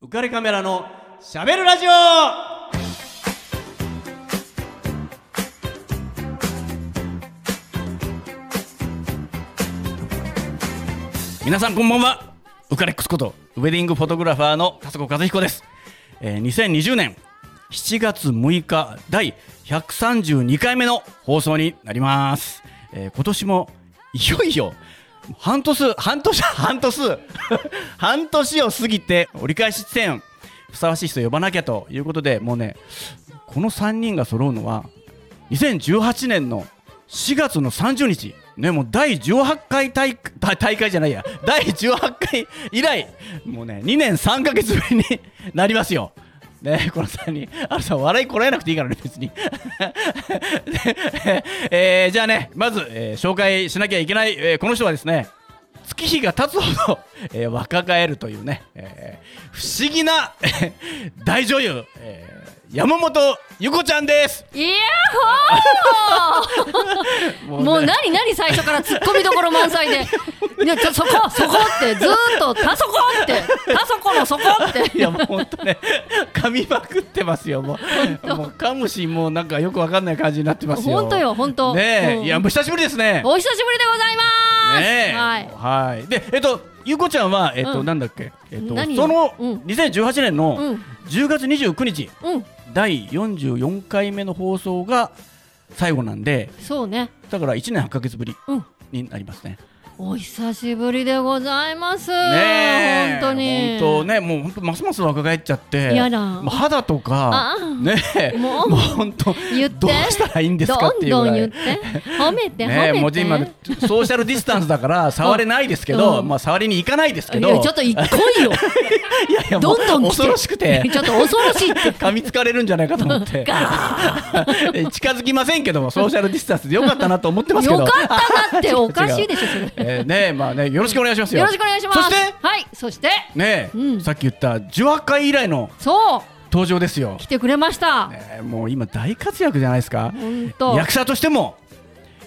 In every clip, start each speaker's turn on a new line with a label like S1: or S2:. S1: 浮かれカメラのしゃべるラジオ
S2: 皆さんこんばんはウカレックスことウェディングフォトグラファーの田底和彦です、えー、2020年7月6日第132回目の放送になります、えー今年もいよいよ半年半年半年 半年を過ぎて折り返し地点ふさわしい人呼ばなきゃということでもうねこの3人が揃うのは2018年の4月の30日、ね、もう第18回大会大大会じゃないや、第18回以来、もうね、2年3ヶ月ぶりに なりますよ。ね、この3人、あのさん、笑いこらえなくていいからね、別に。で えーじゃあね、まず、えー紹介しなきゃいけない、えーこの人はですね、月日が経つほど、えー若返るというね、えー不思議な、えー大女優、えー山本ゆこちゃんです。
S3: いや
S2: も
S3: ほーもう何何最初からツッコミどころ満載で「いやちょそこそこ」ってずーっと「たそこ」って「たそこのそこ」って
S2: いやもうほんとね噛みまくってますよもうもう噛むしもうなんかよくわかんない感じになってますよ
S3: ほんとよほんと
S2: ねえ、
S3: うん
S2: いやもう久しぶりですね
S3: お久しぶりでございます、
S2: ねえ
S3: はい
S2: はいでえっとゆこちゃんはえっと、
S3: うん
S2: なんだっけえっと
S3: 何
S2: その
S3: うん
S2: 2018年の
S3: うん
S2: 10月29日、
S3: うん
S2: 第44回目の放送が最後なんで
S3: そうね
S2: だから1年8ヶ月ぶり
S3: うん
S2: になりますね。
S3: お久しぶりでございます、
S2: ねえ、
S3: 本当に
S2: 本当ね、もう本当ますます若返っちゃって、
S3: やだ
S2: もう肌とか
S3: ああ
S2: ねえ、
S3: もう
S2: もう本当
S3: 言って
S2: どうしたらいいんですかっていう
S3: ど
S2: ぐ
S3: んどん
S2: ら
S3: 言っ
S2: い。
S3: て褒めて褒
S2: ね
S3: め
S2: え、
S3: て、
S2: もう今ソーシャルディスタンスだ から触れないですけど、
S3: うん
S2: まあ触りに行かないですけ
S3: い
S2: ど、
S3: やちょっとい来い よ
S2: いやいやも
S3: ど
S2: うん
S3: どん来て
S2: 恐ろしく て
S3: ちょっと恐ろしいって
S2: 噛みつかれるんじゃないかと思って、 近づきませんけどもソーシャルディスタンスでよかったなと思ってますけど、
S3: よかったなっておかしいでしょそれ
S2: えーねえまあねよろしくお願いしますよ。
S3: よろしくお願いします
S2: そして
S3: はいそして
S2: ねえ、
S3: うん
S2: さっき言った18回以来の
S3: そう
S2: 登場ですよ
S3: 来。てくれました、
S2: えーもう今大活躍じゃないですか
S3: ほんと
S2: 役者としても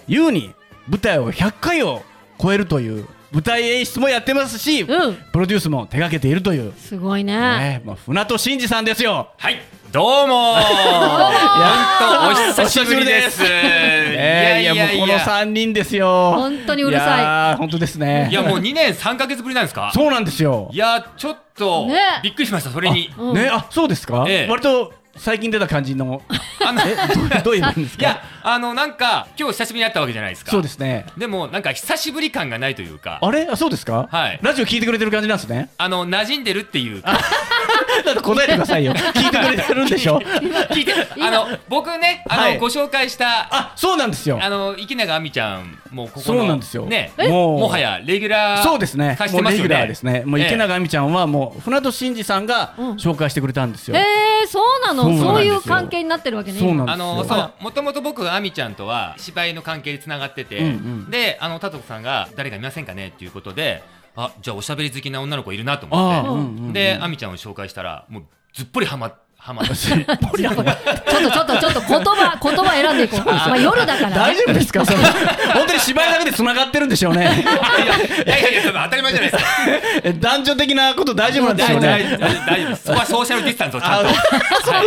S2: 優に舞台を100回を超えるという舞台演出もやってますし、
S3: うん
S2: プロデュースも手掛けているという、
S3: すごいね
S2: ねまあ、船戸慎二さんですよ
S4: はい、どうもー。 本当お久しぶりです。い
S2: ねえいやもうこの3人ですよ
S3: 本当にうるさい
S2: やー本当ですね
S4: いやもう2年3ヶ月ぶりなんですか。
S2: そうなんですよ
S4: いやちょっと
S3: ね
S4: びっくりしました。それに
S3: うん
S2: ねあそうですか、
S4: ええ
S2: 割と最近出た感じの
S4: あの
S2: えどどういう意味です
S4: い
S2: か
S4: やあのなんか今日久しぶりに会ったわけじゃないですか。
S2: そうですね
S4: でもなんか久しぶり感がないというか。
S2: あれあそうですか、
S4: はい
S2: ラジオ聞いてくれてる感じなんですね
S4: あの馴染んでるっていうか
S2: だって答えてくださ いよ聞いてくれてるんでしょ
S4: 聞いてあの僕ねあの、
S2: はい
S4: ご紹介した
S2: あそうなんですよ
S4: あの池永亜美ちゃんもここの
S2: そうなんですよ
S4: ね
S2: え
S4: もうもはやレギュラー
S2: そうですね
S4: 化し
S2: も
S4: て
S2: う
S4: ます
S2: レ
S4: よね
S2: ギュラーですねもう
S4: ええ
S2: 池永亜美ちゃんはもう船戸慎二さんが
S3: うん
S2: 紹介してくれたんですよ、
S3: えー、そうなの
S2: そうな
S3: そうん
S2: ですよ
S3: いう関係になってるわけね
S2: そうなんです
S4: あ
S2: よ
S4: のそうもともと僕は亜美ちゃんとは芝居の関係でつながってて、
S2: うんうん
S4: であのタトコさんが誰かいませんかねっていうことであじゃあおしゃべり好きな女の子いるなと
S2: ああ、
S4: 思
S2: う
S4: っ
S2: ん
S3: ん
S2: うん
S4: てで亜美ちゃんを紹介したらもうずっぽりはまはまって
S3: ちょっとちょっとちょっと言葉言葉選んでいこうまあ夜だから
S2: 大
S3: ね
S2: 丈夫ですかその本当に芝居だけで繋がってるんでしょう ね
S4: いやいやいやいやその当たり前じゃないですか
S2: え男女的なこと大丈夫なんでしょ
S4: 大
S2: う
S4: 丈
S2: ね
S4: 夫大丈夫大丈夫ですそこはソーシャルディスタンスをちゃ
S2: あ
S4: ん と
S2: そう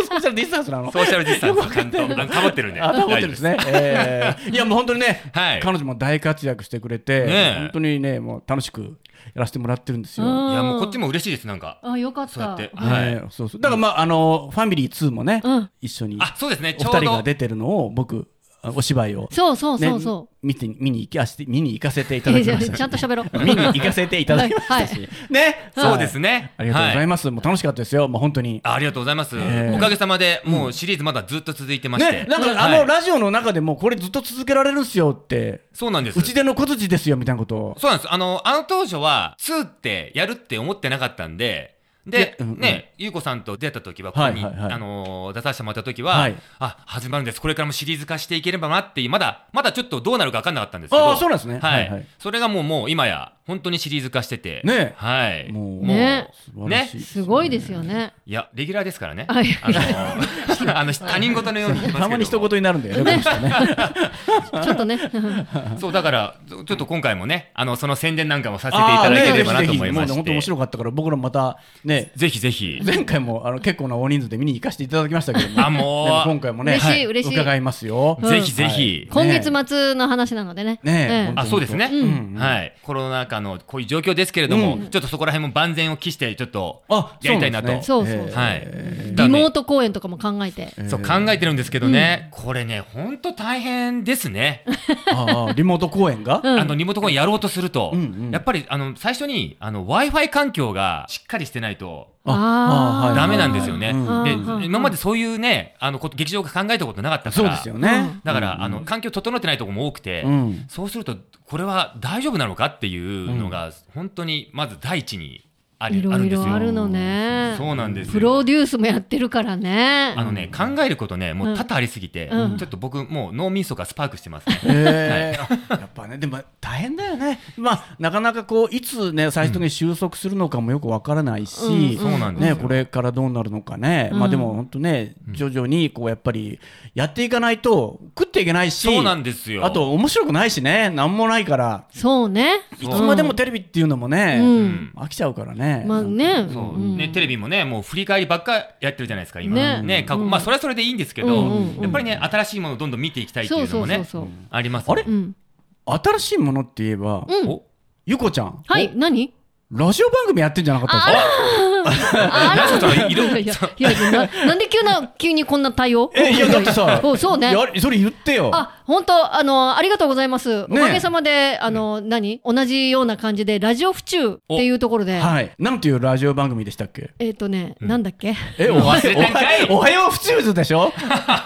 S2: そうそうディスタンスなの
S4: ソーシャルディスタンスをちゃんとあの保ってるんで
S2: あ、保ってるんですね。え ーいや、もう本当にね、
S4: はい
S2: 彼女も大活躍してくれて、
S4: ねえ
S2: 本当にね、もう楽しくやらせてもらってるんですよ。
S3: うん
S4: 大丈夫ですいやもうこっちも嬉しいですなんか
S3: あよかった
S4: そうやって
S2: ね
S4: はい、
S2: そうそう。だからまあ、あの、ファミリー2もね、
S3: うん
S2: 一緒に、
S4: あそうですね
S2: お
S4: ちょ
S2: 二
S4: う
S2: 人
S4: ど
S2: が出てるのを、僕、あお芝居を。
S3: そうそう
S2: ね
S3: そうそ
S2: 見て見に行きあして見に行かせていた
S3: う、
S2: だ
S3: い
S2: き
S3: や
S2: まし
S3: いや
S2: たし
S3: ちゃんと喋ろう
S2: 見に行かせていただきましたし、
S3: は
S2: ね
S4: そうです
S2: ね
S4: ね
S2: ありがとうござ
S4: はい
S2: ます、もう楽しかったですよもう本当に
S4: ありがとうございます、
S2: ええ
S4: おかげさまでもうシリーズまだずっと続いてまして、
S2: ねなんかあ
S4: はい
S2: のラジオの中でもこれずっと続けられるんすよって
S4: そうなんです
S2: うちでの小槌ですよみたいなことを
S4: そうなんですあのあの当初は2ってやるって思ってなかったんでで、
S2: いやうんうん
S4: ねゆうこさんと出会った時はここに、
S2: はいはいはい
S4: あのー出させてもらった時は、
S2: はい
S4: あ始まるんですこれからもシリーズ化していければなっていうまだまだちょっとどうなるか分かんなかったんですけど
S2: ああそうなんですね
S4: はい
S2: はいはい
S4: それがもうもう今や本当にシリーズ化してて
S2: ね
S4: はい
S2: もう
S3: ね
S2: 素晴らしい
S3: すごいですよね
S4: いやレギュラーですからねあ
S3: は
S4: の
S3: い
S4: ーあの 他人事のように言ってますけど
S2: たまに一言になるんだよね、この人ね。
S3: ちょっ とね
S4: そうだからちょちょっと今回もねあのその宣伝なんかもさせていただければなと思いま
S2: あーねぜひぜひもうね
S4: し
S2: 本当
S4: て
S2: 面白かったから、僕らもまたね、ね
S4: ぜひぜひ。
S2: 前回もあの結構な大人数で見に行かせていただきましたけども
S4: あもう
S2: でも今回もね
S3: 嬉しい
S2: は
S3: 嬉しい
S2: 伺いますよ、
S3: うん
S4: ぜひぜひ。
S3: 今月末の話なのでね。
S2: ねえ
S3: え
S2: 本
S4: あそうですね、
S2: うん
S4: はい、コロナ禍のこういう状況ですけれども、
S2: うん
S4: ちょっとそこら辺も万全を期して、ちょっと
S2: あ
S4: やりたいなと、
S3: そうなんですねそうそう
S4: はい
S3: リ
S4: だ
S3: モ
S4: ね
S3: ート公演とかも考えて。
S4: そう考えてるんですけどね、これね、本当大変ですね、
S2: ああリモート公演が、
S3: うん
S4: あのリモートコンやろうとすると、
S2: うんうん
S4: やっぱりあの最初に w i f i 環境がしっかりしてないと、
S2: ああはい
S4: ダメなんですよね。
S2: うん
S4: で
S3: うん
S4: 今までそういうね、あのこと劇場が考えたことなかったか
S2: そう
S4: ら、
S2: ですよね、
S4: だから、
S2: うん
S4: あの環境整ってないところも多くて、
S2: うん
S4: そうするとこれは大丈夫なのかっていうのが、本当にまず第一にあり
S3: いろいろあ
S4: ある
S3: る
S4: んですよ。
S3: のね。
S4: そうなんです
S3: プ
S4: よ。
S3: ロデュースもやってるからね。
S4: あのね、考えることね、もう多々ありすぎて、
S3: うん
S4: ちょっと僕、もう脳みそがスパークしてますね。
S2: えーやっぱねでも大変だよね、まあ、なかなかこういつ、ね、最終的に収束するのかもよくわからないし、
S3: うん
S4: そうなんですよ
S2: ね、これからどうなるのかね、
S3: うん
S2: まあ、でも本当ね徐々にこうやっぱりやっていかないと食っていけないし
S4: そうなんですよ。
S2: あと面白くないしね何もないから
S3: そうね。
S2: いつまでもテレビっていうのもね、
S3: うん
S4: うん、
S2: 飽きちゃうからね。
S3: まあね。
S4: そう
S3: うん
S4: ね、テレビもね、もう振り返りばっかやってるじゃないですか、今、
S3: ね
S4: ね過去
S3: うん
S4: まあ、それはそれでいいんですけど、
S3: うんうんうん
S4: やっぱりね、新しいものをどんどん見ていきたいって
S3: そ
S4: いううの
S3: そ
S4: も
S3: う
S4: ね、
S3: そうそう。
S4: あります、
S2: あれ
S3: うん。
S2: 新しいものって言えば、
S3: うん
S4: お
S2: ゆこちゃん、
S3: はい、何
S2: ラジオ番組やってんじゃなかったですか
S3: あら
S4: ラジオとかいろいろ
S3: いやいやいやななんで急な、急にこんな対応
S2: えいやだってさ
S3: おそうね。
S2: やそれ言ってよ。
S3: あ、本当あの、ありがとうございます。お
S2: ね
S3: かげさまで、あの、何同じような感じで、ラジオ府中っていうところで、
S2: はい。なんていうラジオ番組でしたっけ
S3: えっ、とね、なんだっけ
S2: え、
S4: もう忘れたんかい
S2: おはおはよう、府中図でしょ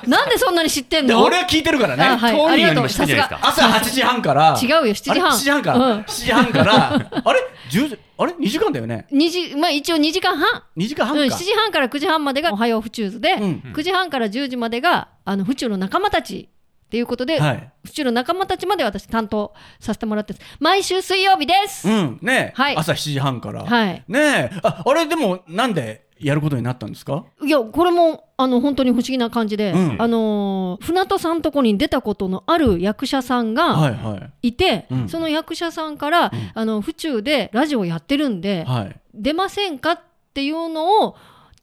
S3: なんでそんなに知ってん
S2: で
S3: の
S2: 俺は聞いてるから
S3: あ、
S2: ね。
S3: はい、
S4: 当
S3: あ
S4: 人
S3: り
S4: よ
S3: が
S4: り
S3: と
S4: も
S3: う。
S4: 知
S3: さ
S4: ってんじ
S3: す
S4: ゃないです
S3: が
S4: か。
S2: 朝8時半から。
S3: 違うよ7時半
S2: あれ7時半か
S3: うん
S2: ら。7時半から。 あれ ?10、あれ ?2 時間だよね。
S3: 2時、まあ一応2時間半。
S2: 2時間
S3: うん、
S2: 半
S3: 7
S2: か。
S3: 時半から9時半までが「おはよう府中図で」
S2: うん
S3: 9時半から10時までがあの府中の仲間たちっていうことで、
S2: はい
S3: 府中の仲間たちまで私担当させてもらってます毎週水曜日です、
S2: うん。ね
S3: はい
S2: 朝7時半から。
S3: はい
S2: ねえ。あ、あれでも、なんでやることになったんですか
S3: いやこれもあの本当に不思議な感じで、
S2: うん
S3: あのー船戸さんとこに出たことのある役者さん
S2: は
S3: が
S2: いはい。
S3: いて、
S2: うん
S3: その役者さんから、あの府中でラジオやってるんで、
S2: はい。
S3: 出ませんかっていうのを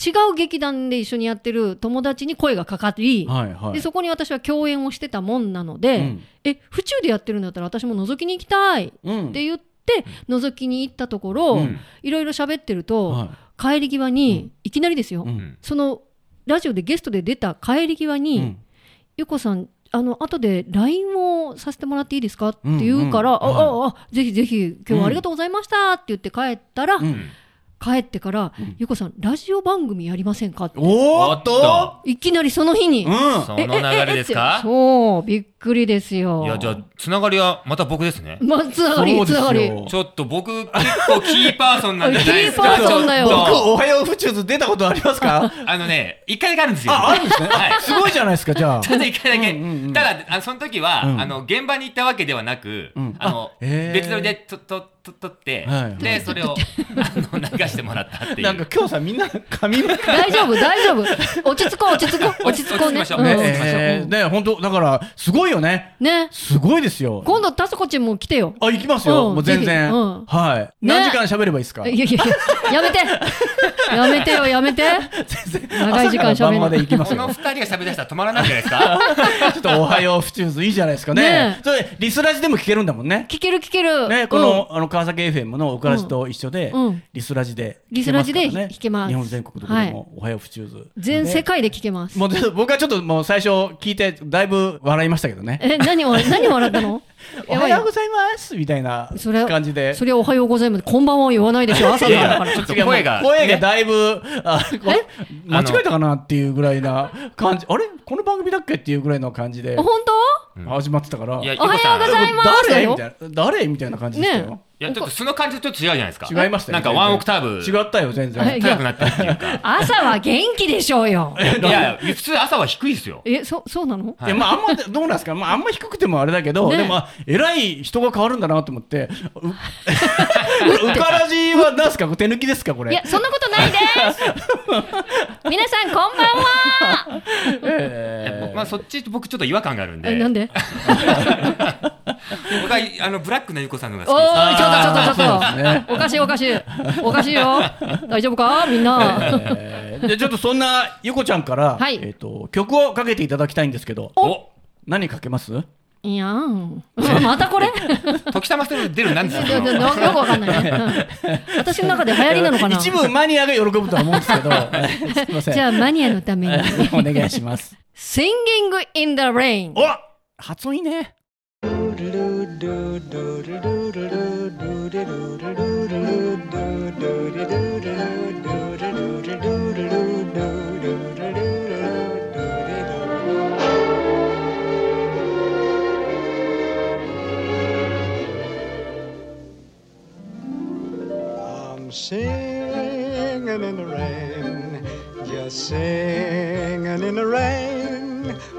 S3: 違う劇団で一緒にやってる友達に声がかかり、
S2: はいは
S3: で
S2: い。
S3: そこに私は共演をしてたもんなので、
S2: うん
S3: え府中でやってるんだったら私も覗きに行きたいって
S2: うん
S3: 言って、覗きに行ったところ、
S2: うん
S3: いろいろ喋ってると、
S2: はい
S3: 帰り際に、いきなりですよ、
S2: うん
S3: そのラジオでゲストで出た帰り際に、
S2: うん
S3: ゆこさんあの後で LINE をさせてもらっていいですかって言うから、
S2: うんうん
S3: あ、ああぜひぜひ今日はありがとうございましたって言って帰ったら、
S2: うん
S3: 帰ってから、ゆこさんラジオ番組やりませんかって
S2: おーっと
S3: いきなりその日に、
S2: うん。
S4: そ
S3: え
S4: の流れです
S3: えええって
S4: か
S3: そう、びっくりですよ。
S4: いや、じゃあ、つながりはまた僕ですね。
S3: まあ、つながり、つながり。
S4: ちょっと僕、結構キーパーソンなんじゃないですか。
S3: キーパーソンだよ
S4: ちょっ
S2: 僕、
S4: と
S2: おはよう府中図出たことあります か
S4: あのね、一回だけあるんですよ。
S2: あ、あるんですね。
S4: はい
S2: すごいじゃないですか、じ ゃあ。
S4: ただ一回だけ、
S2: うんうんうん
S4: ただあのその時は、
S2: うん
S4: あの現場に行ったわけではなく、
S2: うん
S4: あの
S2: あへー
S4: 別撮りでととと撮って、
S2: はい
S4: でそれをあの流してもらったっていう。
S2: なんか今日さ、みんな髪の毛。
S3: 大丈夫、大丈 夫。落ち着こう、落ち着こう、落ち着こうね。
S4: 落ち着きましょう
S3: うん
S4: ね
S2: えー、ね、本当だから、すごいよね。
S3: ね。
S2: すごいですよ。
S3: 今度、タスコちんも来てよ。
S2: あ、行きますよ。
S3: うん
S2: もう全然。
S3: ぜひうん
S2: はい。何時間喋ればいいですか
S3: いやいやいや、やめて。やめてよ、やめて。長い時間
S2: 朝から
S3: 喋
S2: 晩まで
S3: る
S2: 行きます
S4: この
S2: よ
S4: 二。人が喋り出したら止まらないんじゃないですか。
S2: ちょっとおはよう府中図いいじゃないですかね
S3: ね。
S2: それ、リスラジでも聞けるんだもんね。
S3: 聞ける、聞ける。
S2: ね、この、あの、川崎 FM のオクラジと一緒で、
S3: うん
S2: リスラジで
S3: リ
S2: 聞
S3: ス
S2: け
S3: ラ
S2: ま
S3: ジ
S2: す
S3: で
S2: からね。
S3: 聞けます
S2: 日本全国どこでも、おはよう府中図。
S3: うん。全世界で聞けます。
S2: もうちょっと僕はちょっともう最初聞いてだいぶ笑いましたけどね。
S3: え、何を、何を笑った の
S2: おはようございますみたいな
S3: それは
S2: 感じで。
S3: それはおはようございます。こんばんは言わないでしょ、朝
S4: い
S3: だか
S4: や
S3: ら。
S4: ちょっと
S2: 違うもう
S4: 声が、
S2: 声が
S4: ね
S2: だいぶ、あこれ間
S4: あの
S2: 違えたかなっていうぐらいな感じ。あれこの番組だっけっていうぐらいの感じで
S3: 本当
S2: 始まってたから。
S4: いやい
S3: おはようございます。だ
S2: 誰み
S3: よ
S2: たいな誰みたいな感じでしたよ
S3: ね。
S4: いやちょっと素の感じとちょっと違うじゃないですか。
S2: 違いましたよ。
S4: なんかワンオクターブ
S2: 違ったよ全
S3: はい
S2: 然。
S4: 高くなってるっていう か。
S3: 朝は元気でしょうよ。
S4: いや普通朝は低いですよ。
S3: え、そ、そうなの
S2: いやまああんまどうなんですか。まああんま低くてもあれだけど、
S3: ね
S2: でもあ偉い人が変わるんだなと思って。ううからじは何ですか。手抜きですかこれ。
S3: いや、そんなことない です。皆さん、こんばん は。
S2: え
S4: 僕まあそっち僕ちょっと違和感があるんで。
S3: え、なんで。
S4: 僕はあのブラックなゆうこさんの方が
S3: お
S4: 好きです。
S3: ー、ちょっとちょっとちょ
S2: そうです
S3: っと。おかしいおかしい。おかしいよ。大丈夫かみん な。
S2: えーでちょっとそんなゆこちゃんから、
S3: はい
S2: えっ、と曲をかけていただきたいんですけど、
S4: お
S2: 何かけます？
S3: いやん。またこれ
S4: 時たまス出るなんです
S3: いやいや
S4: か
S3: よくわかんないね。うん私の中で流行りなのかな
S2: 一部マニアが喜ぶとは思うんです けど、すみません。
S3: じゃあマニアのために。
S2: お願いします。
S3: Singing in the rain。
S2: お、発音いいね。
S5: I'm singing in the rain, just singing in the rain.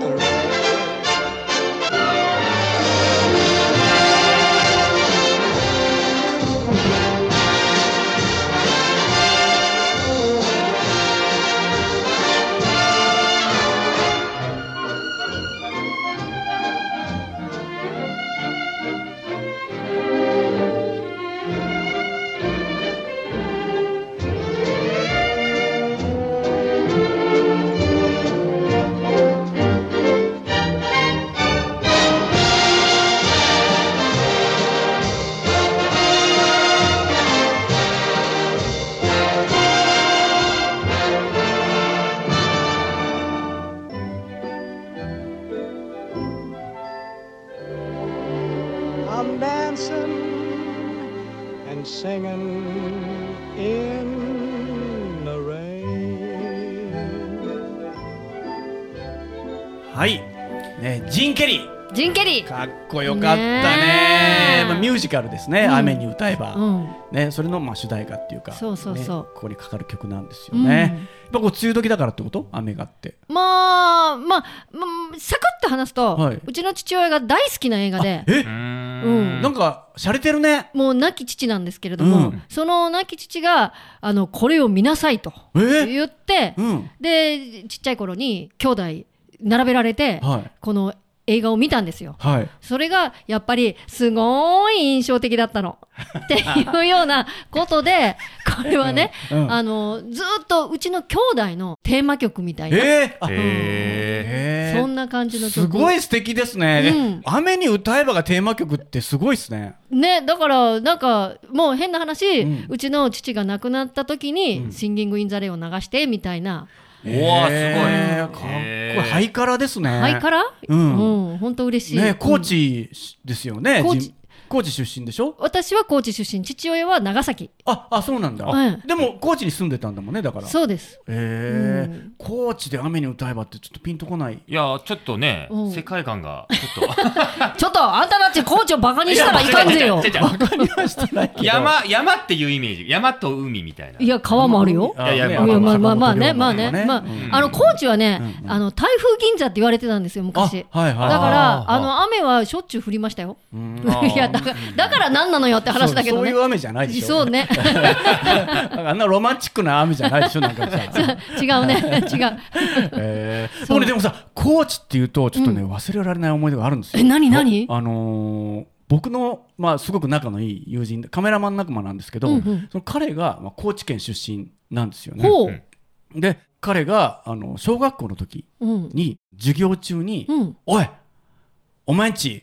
S5: the rain. I'm dancing and singing in the rain.
S2: はい。ね、ジンケリー。
S3: ジンケリー。
S2: かっこよかったね
S3: ねえ
S2: まあ、ミュージカルですね、
S3: うん
S2: 雨に歌えば、
S3: うん。
S2: ね、それのまあ主題歌っていうか
S3: そうそうそう
S2: ねここにかかる曲なんですよね、
S3: うん
S2: やっぱこう梅雨時だからってこと雨があって
S3: まあ、まあ、まあサクッと話すと、
S2: はいう
S3: ちの父親が大好きな映画で、
S2: え、
S4: うん
S2: なんか洒落てるね
S3: もう亡き父なんですけれども、
S2: うん
S3: その亡き父が、あの、これを見なさいと
S2: え
S3: 言って、
S2: うん
S3: で、ちっちゃい頃に兄弟並べられて、
S2: はい
S3: この映画を見たんですよ。
S2: はい
S3: それがやっぱりすごい印象的だっ たの。っていうようなことで、これはね、
S2: うんうん
S3: あの、ずーっとうちの兄弟のテーマ曲みたいな、
S2: えー、あ
S4: え
S2: えー
S3: そんな感じの曲。
S2: すごい素敵ですね、
S3: うん
S2: 雨に歌えばがテーマ曲ってすごいですね
S3: ね、だから、なんか、もう変な話、
S2: う
S3: うんちの父が亡くなった時に、シンギング・イン・ザ・レイを流して、みたいな。
S2: お
S4: わー
S2: えー、
S4: す
S2: か
S4: ご
S2: っこい
S4: い
S2: い、
S4: えー
S2: ハイカラですね
S3: ハイカラ
S2: うん
S3: うん、本当嬉しい。
S2: ね高
S3: うん
S2: 知ですよね、
S3: 高知
S2: じ高知出身でしょ
S3: 私は高知出身、父親は長崎。
S2: ああそうなんだ、
S3: はい
S2: でも高知に住んでたんだもんねだから
S3: そうです。
S2: えー
S3: う
S2: 高知で雨に歌えばってちょっとピンとこ ない
S4: いやちょっとね
S3: うん
S4: 世界観がちょっと
S3: ちょっと、あんたたち高知をバカにしたらいかんぜよ
S4: 違。う違う違う違 う
S2: っ
S4: 山山っていうイメージ山と海みたいない
S3: や、川もあるよ。
S4: いやいや
S3: いやまあまあまあね、まあね、まあ、あの高知はね、
S2: うんうん
S3: あの台風銀座って言われてたんですよ、昔。
S2: あはいはい
S3: だから
S4: あ、ー
S3: あの雨はしょっちゅう降りましたよ。
S4: あ ー
S3: いや、だから、だから何なのよって話だけど
S2: そう
S3: ね
S2: そう。いう雨じゃないでしょ
S3: そうね。
S2: あんなロマンチックな雨じゃないでしょなんか さ、
S3: 違うね。違う。
S2: えー、
S3: そう
S2: 僕ねでもさ高知っていうとちょっとね、忘れられない思い出があるんですよ
S3: え何何
S2: あのー僕の、まあ、すごく仲のいい友人カメラマン仲間なんですけど、
S3: うんうん
S2: その彼が、まあ、高知県出身なんですよね。
S3: ほ
S4: うん
S3: う。
S2: で彼があの小学校の時
S3: うん。
S2: に授業中に「
S3: うん。
S2: おいお前んち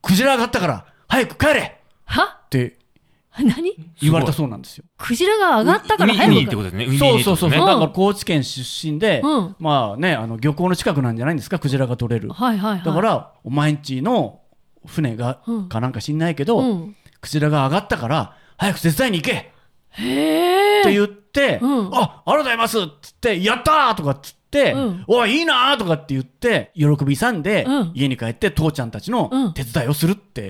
S2: クジラがあったから早く帰れ!」
S3: は
S2: って
S3: 何
S2: 言われたそうなんですよ。
S3: クジラが上がったから
S4: 海
S3: 早
S4: 海
S3: く
S4: にってことですね。海に
S2: そうそうそうそう、
S3: う
S4: ね
S3: ん
S2: だから高知県出身で、
S3: うん
S2: まあねあの漁港の近くなんじゃないんですかクジラが取れる、
S3: はいはいはい。
S2: だから、お前んちの船が、
S3: うん
S2: かなんか知んないけど、
S3: うん。
S2: クジラが上がったから早く手伝いに行け
S3: へえ。
S2: って言って「
S3: うん
S2: あありがとうございます」っつって「やった!」とかっつって「
S3: うん
S2: おいいいな!」とかって言って喜びさんで、
S3: うん
S2: 家に帰って父ちゃんたち
S3: う
S2: の
S3: ん
S2: 手伝いをするって、
S4: へ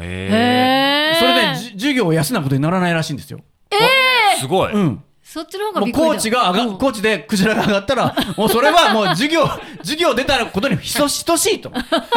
S3: へえ。
S2: それでじ授業を休んだことにならないらしいんですよ。
S4: え。すごい。
S2: うん
S3: そっちの方が
S2: も
S3: び
S2: う
S3: っくりだ
S2: コーチが上が、
S3: うん
S2: コーチでクジラが上がった ら、もうそれはもう授業、授業出たことに等し等しいと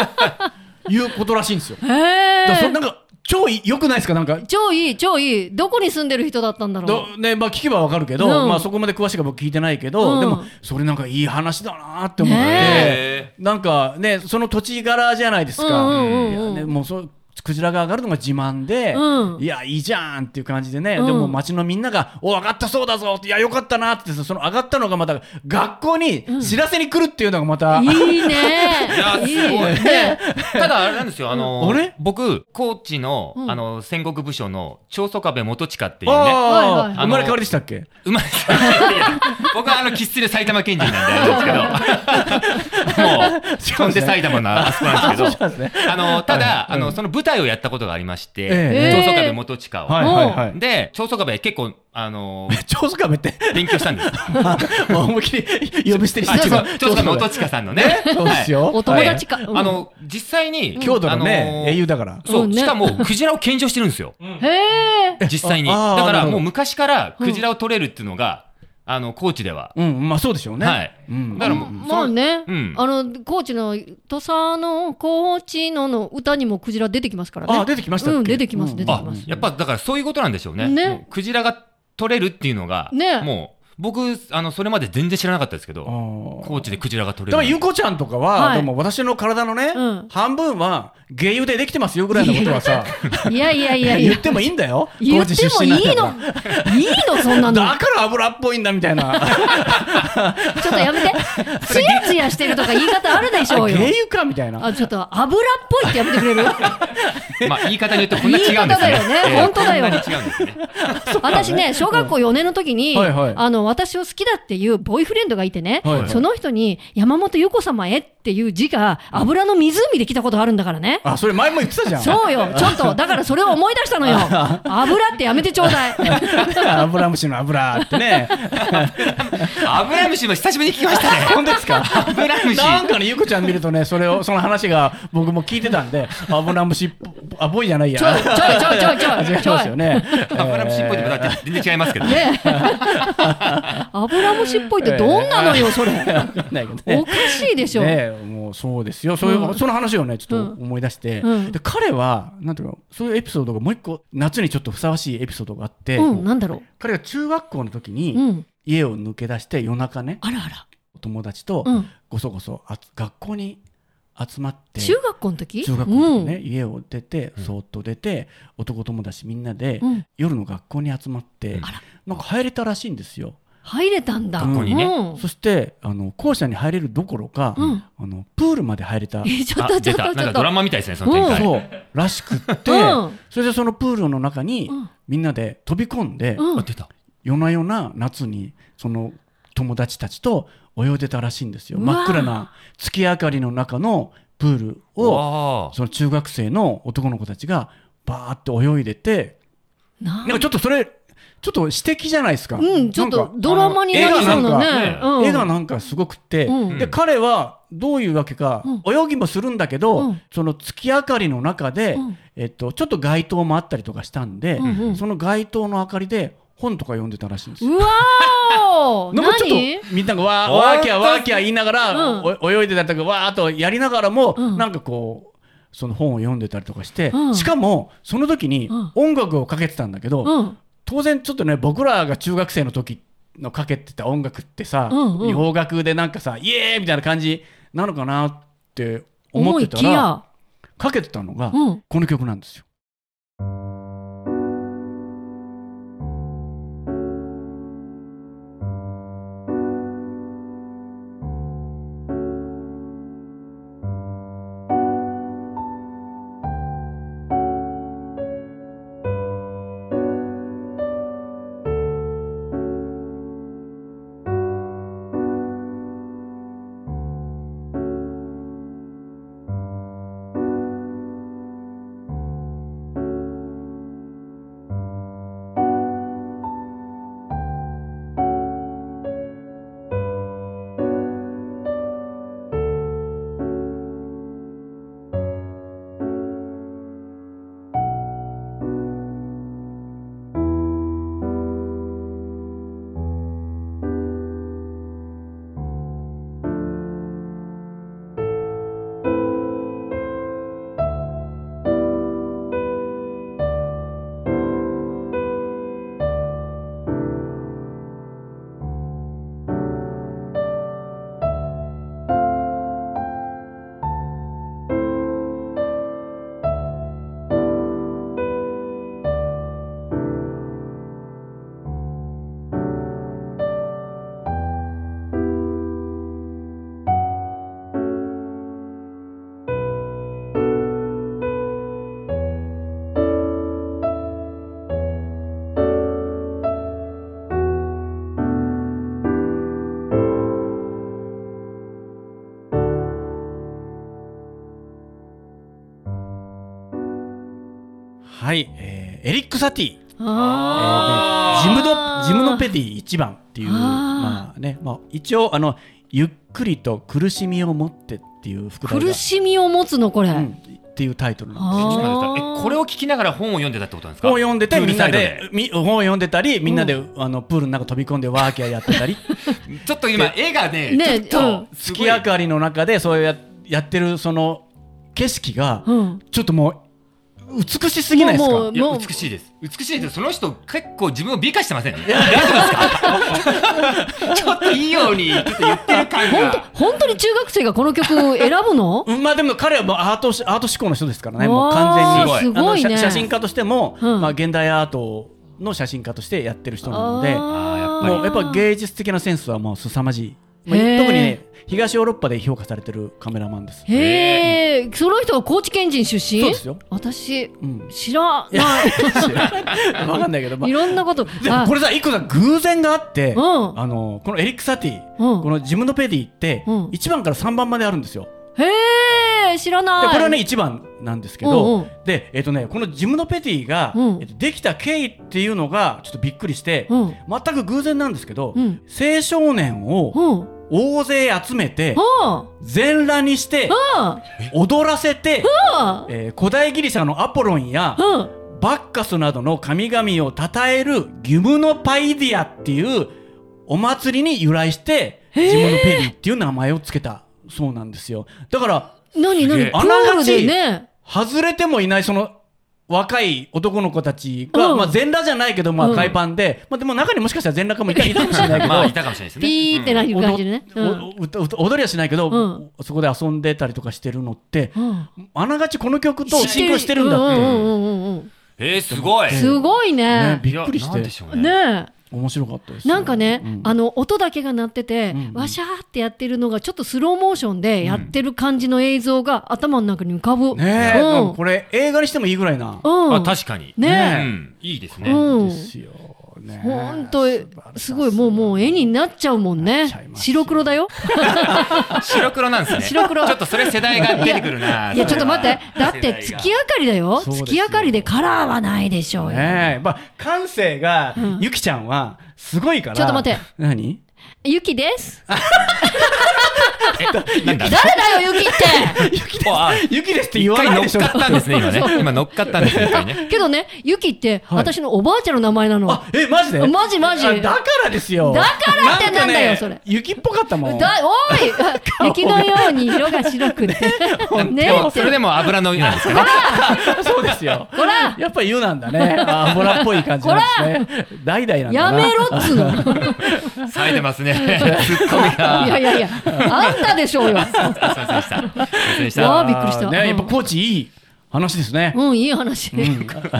S2: いうことらしいんですよ。だ
S3: へ
S2: からそれ
S3: え。
S2: なんか、超い良くないですか、なんか。
S3: 超いい、超いい。どこに住んでる人だったんだろう
S2: ど。ねまあ、聞けばわかるけど、
S3: うん
S2: まあ、そこまで詳しくは僕聞いてないけど、
S3: うん
S2: でもそれなんかいい話だなって思って、
S4: ね
S2: なんかねその土地柄じゃないですか、
S3: うんうんうんうん
S2: いやね、もうそうクジラが上がるのが自慢で、
S3: うん
S2: いやいいじゃんっていう感じでね、
S3: うん
S2: でも町のみんなが「お上がったそうだぞ」って「いやよかったな」ってその上がったのがまた学校に知らせに来るっていうのがまた、
S3: いいね
S4: いや、
S3: いい
S4: すごい。
S3: ね
S4: ね、ただ、あれなんですよ、あの、
S2: あれ
S4: 僕、高知の、
S3: うん
S4: あの、戦国武将の、長宗我部元親っていうね、
S3: はい
S2: あ
S3: はい
S2: ー生まれ変わりでしたっけ
S4: うまいですねいや僕はあの生粋で埼玉県人なんであれです けどもう飛んで埼玉のあそこなんですけ
S2: そうなんですね。
S4: どあのただ、
S2: はい
S4: あのその舞台をやったことがありまして、
S2: え
S3: え
S4: 長宗我部元親を、
S2: はいはいはい。
S4: で長宗我部結構あの
S2: 長宗我部って
S4: 勉強したんです
S2: まあ 思いっきり呼び捨てに
S4: あ
S2: し
S4: ち
S2: て
S4: ょっと長宗我部元親さんのね
S2: そうですよ。
S3: お友達か。うん
S4: あ、の実際に
S2: 郷土のね、
S4: あ
S2: 英雄だから。
S4: そう、
S3: うんね
S4: しかもクジラを献上してるんですよ
S3: へえ。
S4: 実際にだ
S2: ああー
S4: から
S2: なるほど
S4: もう昔からクジラを取れるっていうのが、あの高知では、
S2: うん、まあそうでしょうね。
S4: はい
S2: うん
S4: だからもう
S3: まあね、
S4: うん
S3: あの高知の土佐の高知のの歌にもクジラ出てきますからね。
S2: あ出てきましたっけ
S3: うん、出てきます、
S2: うん
S3: 出てき
S4: あ
S3: ます。
S4: やっぱだからそういうことなんでしょうね
S3: ね
S4: もうクジラが取れるっていうのが、
S3: ね
S4: もう僕あのそれまで全然知らなかったですけど
S2: あ
S4: 高知でクジラが取
S2: あ。で
S4: れる
S2: も、
S4: なんて
S2: ゆこちゃんとか
S3: は
S2: は、
S3: い
S2: でも私の体のね
S3: うん、
S2: 半分は、芸油でできてますよぐらいのことはさ、
S3: いやいやいやいや
S2: 言っ。てもいいんだよ。
S3: 言っ
S2: 高知
S3: て
S2: 出
S3: もい
S2: 身
S3: い
S2: な
S3: の
S2: んだから
S3: いいのそんなの
S2: だから油っぽいんだみたいな。
S3: ちょっとやめてツヤツヤしてるとか言い方あるでしょうよ
S2: 芸油かみたいな。
S3: あちょっと油っぽいってやめてく れる
S4: まあ言い方によってこんな違うんですね
S3: 言い方だよね
S4: ええ
S3: 本当だよ
S4: こんなに違うんですね
S3: 私ね小学校4年の時に、
S2: はいはい
S3: あの私を好きだっていうボーイフレンドがいてね、
S2: はいはい
S3: その人に山本由子様へっていう字が油の湖で来たことあるんだからね
S2: あ、それ前も言ってたじゃん。
S3: そうよ、ちょっと、だからそれを思い出したのよ。油ってやめてちょうだい。
S2: 油虫の油ってね。
S4: 油虫も久しぶりに聞きまし たね
S2: 本当ですか
S4: 油虫
S2: なんかね、ゆこちゃん見るとね、それを、その話が僕も聞いてたんで、油虫っぽ、あ、ぽいじゃないや。
S3: ちょいちょいちょいちょいちょい
S2: 違いますよね。
S4: 油虫っぽいってだって全然違いますけどね
S3: ねえ油虫っぽいってどんな のよ、それ。
S2: わかんないけどね
S3: おかしいでしょ。
S2: ねえもうそうですよそういう、
S3: うん
S2: その話をねちょっと
S3: うん
S2: 思い出して、
S3: うん
S2: で彼はなんていうかそういうエピソードがもう一個夏にちょっとふさわしいエピソードがあって、
S3: うん、なんだろ
S2: 彼が中学校の時
S3: う。う
S2: に
S3: ん。
S2: 家を抜け出して夜中ね
S3: あらあら。
S2: お友達と
S3: うん
S2: ごそごそあつ学校に集まって
S3: 中学校の時
S2: 中学校の時ね、家を出てそーっと出て男友達みんなで、
S3: うん。うん
S2: 夜の学校に集まって、
S4: うんあ
S2: なんか入れたらしいんですよ。
S3: 入れたんだ。
S2: 学校
S4: にね
S3: うん
S2: そしてあの校舎に入れるどころか、
S3: うん
S2: あのプールまで入れた
S3: え、ちょっ
S4: あ
S3: とちょ
S4: 出
S3: った
S4: な
S3: と
S4: ん
S3: ちょ
S4: か
S3: っ
S4: ド
S3: と
S4: ラ。マみたいですねその展開
S2: そうらしくって、
S3: うん
S2: それでそのプールの中に
S3: うん
S2: みんなで飛び込んで、
S3: うん
S4: あ出た
S2: 夜な夜な夏にその友達たちと泳いでたらしいんですよ
S3: うわー
S2: 真っ暗な月明かりの中のプールを
S4: わー
S2: その中学生の男の子たちがバーって泳いでて
S3: な
S2: なんかちょっとそれちょっと私的じゃないですか、
S3: うん、ちょっ
S2: な
S3: と
S2: んか
S3: ドラマになりそうなね
S4: あ。
S3: う
S4: の
S3: ん
S2: 絵がなんかすごくって、
S3: うん
S2: で彼はどういうわけか、泳ぎもするんだけど、
S3: うん
S2: その月明かりの中で、
S3: うん
S2: えっと、ちょっと街灯もあったりとかしたんで、
S3: うんうん
S2: その街灯の明かりで本とか読んでたらしいんですよ。
S3: うわー
S2: なんかちょ
S3: 何
S2: っとみんながわー
S4: 本当
S2: わーきゃわーきゃ言いながら、
S3: うん
S2: お泳いでたりとかわーっとやりながらも、
S3: うん
S2: なんかこうその本を読んでたりとかして、
S3: うん
S2: しかもその時に
S3: うん
S2: 音楽をかけてたんだけど、
S3: うん。
S2: 当然ちょっとね僕らが中学生の時のかけてた音楽ってさ、
S3: うんうん
S2: 洋楽でなんかさイエーイみたいな感じなのかなって思
S3: 思
S2: って
S3: い
S2: た
S3: き
S2: ら
S3: や。
S2: かけてたのが、
S3: うん
S2: この曲なんですよ。はい、えーエリック・サティ、
S3: あ
S2: ジム
S3: あ
S2: ド
S3: ー
S2: ジムノペディ1番っていう
S3: あー
S2: まあねまあ、一応あのゆっくりと苦しみを持ってっていう副題が
S3: 苦しみを持つのこれ、
S2: うんっていうタイトルなんです
S4: えち
S2: よ
S4: ょっと待ってく
S3: あ
S4: ださい
S3: ー
S4: えこれを聞きながら本を読んでたってことなんですか
S2: 本を読んで
S4: プ
S2: て
S4: ー
S2: み
S4: ル
S2: ん
S4: サ
S2: な
S4: イド
S2: でみ本を読んでたりみんなで、あのプールの中飛び込んでワーキャーやってた り
S4: ちょっと今絵がね
S3: ね
S4: ちょっとすご
S2: 月
S4: い
S2: 明かりの中でそうややってるその景色が、
S3: うん
S2: ちょっともう美しすぎないですか
S3: もうもう
S4: いや美しいです美しいですその人結構自分を美化してませんねちょっといいようにちょっと言ってる感
S3: 本当
S4: が
S3: 本当に中学生がこの曲選ぶの
S2: うんまあでも彼はもうアートしアート志向の人ですからねも
S3: わ
S2: う
S3: ー
S2: 完全に
S3: すごいね
S2: あの写写真家としても、
S3: うん
S2: まあ、現代アートの写真家としてやってる人なので
S3: あー
S2: もうやっぱ芸術的なセンスはもう凄まじい、まあ、特
S3: へー
S2: にね東ヨーロッパで評価されてるカメラマン です。
S3: へえその人は高知県人出身
S2: そうですよ
S3: 私
S2: うん、
S3: 知らない
S2: わかんないけど、まあ
S3: い、ろんなこと
S2: で
S3: あ
S2: これさ、一個さ、偶然があって、
S3: うん
S2: あのこのエリック・サティ、
S3: うん
S2: このジムノペディって、
S3: うん
S2: 1番から3番まであるんですよ。
S3: へえ知らない
S2: でこれはね1番なんですけど、
S3: うんうん
S2: でえっ、とねこのジムノペティが、
S3: うん
S2: えっとできた経緯っていうのがちょっとびっくりして、
S3: うん
S2: 全く偶然なんですけど、
S3: うん
S2: 青少年
S3: う
S2: を
S3: んうん
S2: 大勢集めて
S3: うん
S2: 全裸にして踊らせて、えー古代ギリシャのアポロンや
S3: うん
S2: バッカスなどの神々を称えるギムノパイディアっていうお祭りに由来してジムノペディっていう名前をつけたそうなんですよだから
S3: 何
S4: す
S3: 何
S4: げえ
S3: プールでね
S2: 外れてもいないその若い男の子たちが、
S3: うん
S2: まあ、全裸じゃないけど、まあ、
S3: うん
S2: 海パンで、まあ、でも中にもしかしたら全裸かもいたいたかもしれないけど、
S4: まあ いたかもしれないですね
S3: ピーってな
S4: うん
S3: る感じでね、うん
S2: おおお踊りはしないけど、
S3: うん
S2: そこで遊んでたりとかしてるのって、
S3: うん
S2: あながちこの曲とシンクロしてるんだ
S3: う
S2: って、
S3: んうんうんうんうん
S4: えーすごい
S3: すごい
S2: ね
S3: ね
S2: びっくりし
S4: いやなんで
S2: て
S4: しょうね
S3: ね
S2: 面白かったですよ
S3: なんかね、
S2: うん
S3: あの音だけが鳴ってて、
S2: うんうん
S3: わしゃーってやってるのがちょっとスローモーションでやってる感じの映像が頭の中に浮かぶ、
S2: ねえ、
S3: うん
S2: なんかこれ映画にしてもいいぐらいな、
S3: うん、
S4: あ確かにう
S3: ね
S4: んいいです
S3: え、
S4: ね
S3: うん
S2: ですよね
S3: 本当
S2: 素晴らしい
S3: すごいもうもう絵になっちゃうもん
S2: な
S3: ね
S2: っちゃいますよ
S3: 白黒 だよ
S4: 白黒なんですね
S3: 白黒
S4: ちょっとそれ世代が出てくるない
S3: やちょっと待ってだって
S4: 世代が
S3: 月明かりだよ
S2: そうですよ
S3: 月明かりでカラーはないでしょうよ、
S2: ねえ、まあ、感性が、
S3: ん
S2: ゆきちゃんは、すごいから。
S3: ちょっと待って。
S2: 何
S3: ゆきです
S4: えなん
S3: 誰
S4: だ
S3: だよゆきって
S4: あ
S2: ゆきですって言
S4: 一
S2: わ
S4: 回
S2: ない
S4: 乗っ
S2: でしょ。
S4: かったんですね今ね今乗っかったんですね一回 ね
S3: けどねゆきって
S2: はい
S3: 私のおばあちゃんの名前なの、
S2: あ、え、マジで
S3: マジマジ
S2: あだからですよ。
S3: だからってなんだよ
S2: かね
S3: それ
S2: 雪っぽかったもん。
S3: だおい雪のように色が白くてね
S4: で
S3: え
S4: も
S3: っ
S4: それで
S3: て
S4: も油の湯なんですけどね
S2: そうですよ。
S3: ほら
S2: やっぱり言うなんだね。あボラっぽい感じなんですね。代々なんだ
S3: や
S2: な。
S3: めろっつうの
S4: 冴えてますねツッコミ
S3: いや
S4: が
S3: いやいやああんたでしょうよ。
S4: すいませんでした。すいませんでし
S3: わ
S4: た。
S3: あびっくりした
S2: ね、やっぱコーチいい話ですね。
S3: うん、いい話。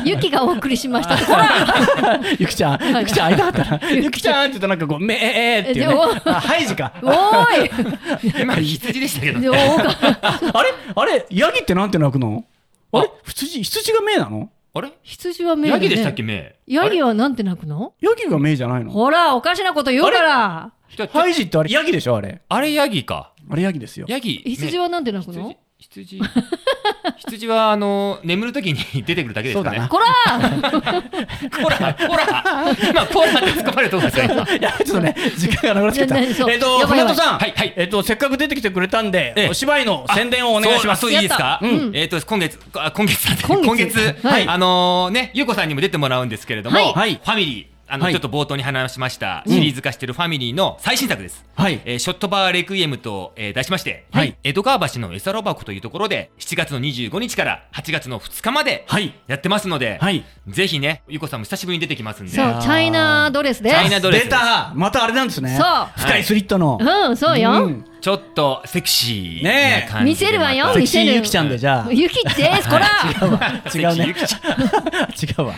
S3: ゆきがお送りしました。ほら、
S2: ゆきちゃん、
S3: い
S2: ゆきちゃん会いたかったな。ゆきちゃんって言うとなんかこう、めええーっていう
S3: で
S2: ね
S3: も。
S2: あハイジか。
S3: おーい。
S4: 今、羊でしたけど
S3: でお
S4: ね。
S3: ー
S2: あれあれヤギってなんて鳴くのあれ羊、羊がめなの
S4: あれ
S3: 羊は目
S4: ヤギでしたっけ、目。
S3: ヤギはなんて鳴くの
S2: ヤギがめじゃないの
S3: ほら、おかしなこと言うから。
S4: だって
S2: ハイジってあれヤギでしょあれ。
S4: あれヤギか。
S2: あれヤギですよ。
S4: ヤギ。
S3: 羊
S4: は
S3: はなんて鳴くの
S4: 羊。羊は、あの、眠るときに出てくるだけで
S2: そ
S4: すか
S2: うだ
S4: ね
S2: な。
S3: こら
S4: ほら、ほら今、ポーラって突っ込まれたとこですよ、今。
S2: いや、ちょっとね、時間がなくなってきた。
S3: いやねそう
S2: えっと、
S3: やば
S2: 船
S3: いやば
S2: 戸
S3: い
S2: さん、
S4: はいはい
S2: えっと、せっかく出てきてくれたんで、
S4: ええ
S2: お芝居の宣伝をお願いします。
S4: そうそういいですか。
S3: やったうん
S4: えっ、と今月あ今月だって
S3: 今月
S4: 今月
S3: はい
S4: あのねゆうこさんにも出てもらうんですけれども、
S3: はい
S2: はい
S4: ファミリーあの、
S2: はい
S4: ちょっと冒頭に話しましたシリーズ化してるファミリーの最新作です。
S2: はい
S4: えーショットバーレクイエムと、えー題しまして、
S2: はい
S4: 江戸川橋のエサロ箱というところで7月の25日から8月の2日まで
S2: はい
S4: やってますので、
S2: はい
S4: ぜひねゆうこさんも久しぶりに出てきますんで。
S3: そう、チャイナドレスで
S4: チャイナ
S3: す。
S4: ドレス
S2: 出たまたあれなんですね。
S3: そう
S2: 深いスリットの。
S3: うん、そうよ。
S4: ちょっとセクシー
S2: ねえ
S4: な感じで
S3: 見せるわよ
S4: また
S2: セクシーゆきちゃんで、じゃあ。
S3: ゆきです、こら
S2: 違うね。
S4: セクシーゆきちゃん
S2: 違うわ。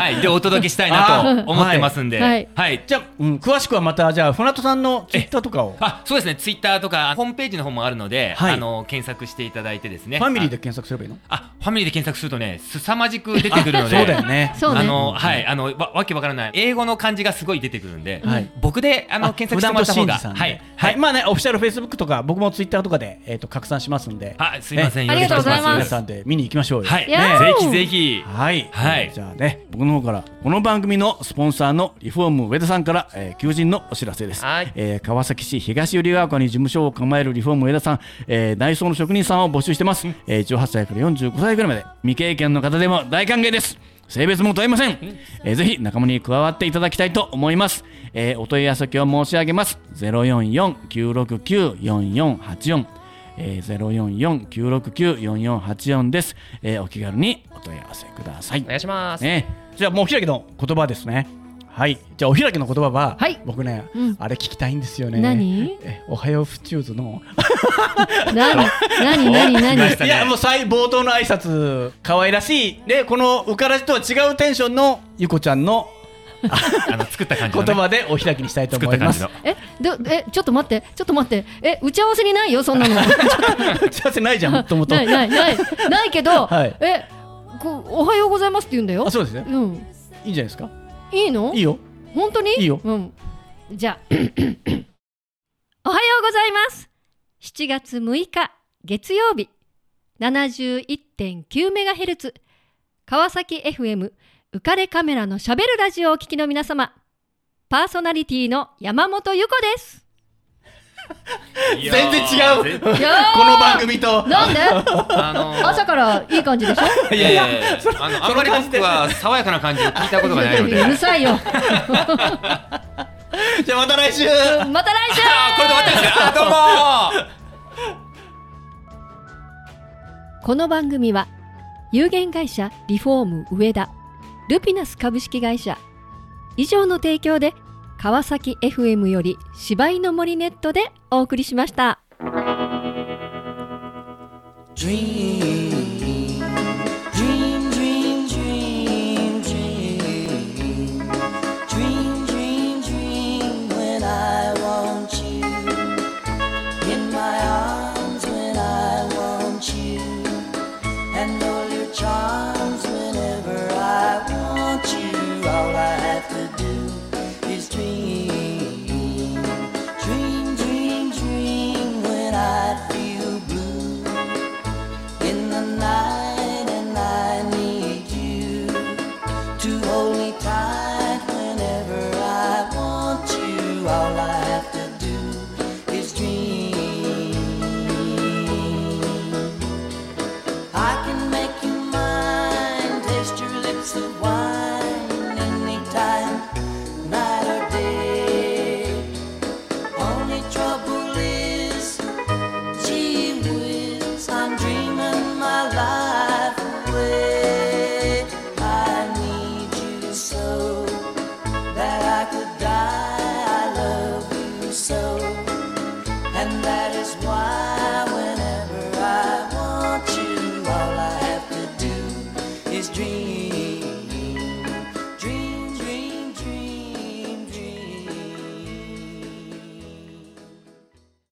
S4: はい、でお届けしたいなと思ってますんで、
S3: あー
S4: は
S3: はいい、
S2: じゃあ、うん、詳しくはまた、じゃあ、船戸さんのツイッターとかを、フ
S4: あ、そうですね、ツイッターとかホームページの方もあるので、
S2: はい
S4: あの検索していただいてですね。
S2: ァミリーで
S4: あ。
S2: 検索すればいいの
S4: あ、ファミリーで検索するとね、凄まじく出てくるので。
S2: そうだよね。
S3: そうね
S4: あの、はい、あの、わ、わけわからない、英語の漢字がすごい出てくるんで、
S2: はい
S4: 僕で、あの、検索してもらった方
S2: う
S4: が。
S2: だんとしんじさんで
S4: は
S2: はいい、、
S4: はい、
S2: まあね、オフィシャルフェイスブックとか、僕もツイッターとかで、えっ、と、拡散しますんで。
S4: あすいません
S2: ね
S3: ありがとうございます
S2: 皆さんで見に行きましょうよ。
S4: はい、
S3: いやー
S4: ぜひぜひ。
S2: はい、
S4: はい
S2: じゃあね僕の方からこの番組のスポンサーのリフォーム上田さんから、えー求人のお知らせです、
S4: はい
S2: えー川崎市東百合ヶ丘に事務所を構えるリフォーム上田さん、えー、内装の職人さんを募集してます、えー18歳から45歳ぐらいまで未経験の方でも大歓迎です性別も問いません、えーぜひ仲間に加わっていただきたいと思います、えーお問い合わせ先を申し上げます044-969-4484えー、044-969-4484です、えーお気軽にお問い合わせください。
S4: お願いします。
S2: ね、じゃあもうお開きの言葉ですね。はい。じゃあお開きの言葉は、
S3: はい
S2: 僕ね、
S3: うん
S2: あれ聞きたいんですよね。
S3: 何
S2: えおはようフチューズの。
S3: なになになになに
S4: ましたね
S2: いや、もう最冒頭の挨拶、可愛らしい。で、このうからじとは違うテンションのゆこちゃんの
S4: あの、作った感じの、
S2: 言
S4: ね。
S2: 葉でお開きにしたいと
S4: 作っ
S2: 思い
S4: た
S2: ま
S4: 感じ
S2: す
S3: え、
S4: の。。
S3: ど、え、ちょっと待って、ちょっと待って、え、打ち合わせにないよ、そ んなの。
S2: 打 ち合わせないじゃん、もともと。
S3: ないないないないけど、
S2: はい
S3: えこうおはようございますって言うんだよ
S2: あ、そうですね。
S3: うん
S2: いいんじゃないですか。
S3: いいの
S2: いいよ。
S3: 本当に
S2: いいよ
S3: うん、じゃあ おはようございます7月6日月曜日71.9メガヘルツ川崎 FM 浮かれカメラのしゃべるラジオをお聞きの皆様パーソナリティの山本由子です
S4: いやー
S2: 全然違う。 こ
S3: いやー
S2: の番組と。
S3: なんで
S4: あのー
S3: 朝からいい感じ でしょ
S4: いやいやいや、あの、
S2: そ
S4: あん
S2: の
S4: まり
S2: 感じ
S4: 僕
S2: で
S4: は爽やかな感じを聞いたことがないので。
S3: うるさいよ
S2: じゃあまた来週
S3: また来週
S4: あーこれで終わったんですか。あー、どうもー。
S3: この番組は有限会社リフォーム上田ルピナス株式会社以上の提供で川崎 FM より芝居の森ネットでお送りしました。
S6: Dream, dream, dream, dream, dream, dream, dream, dream. When I want you in my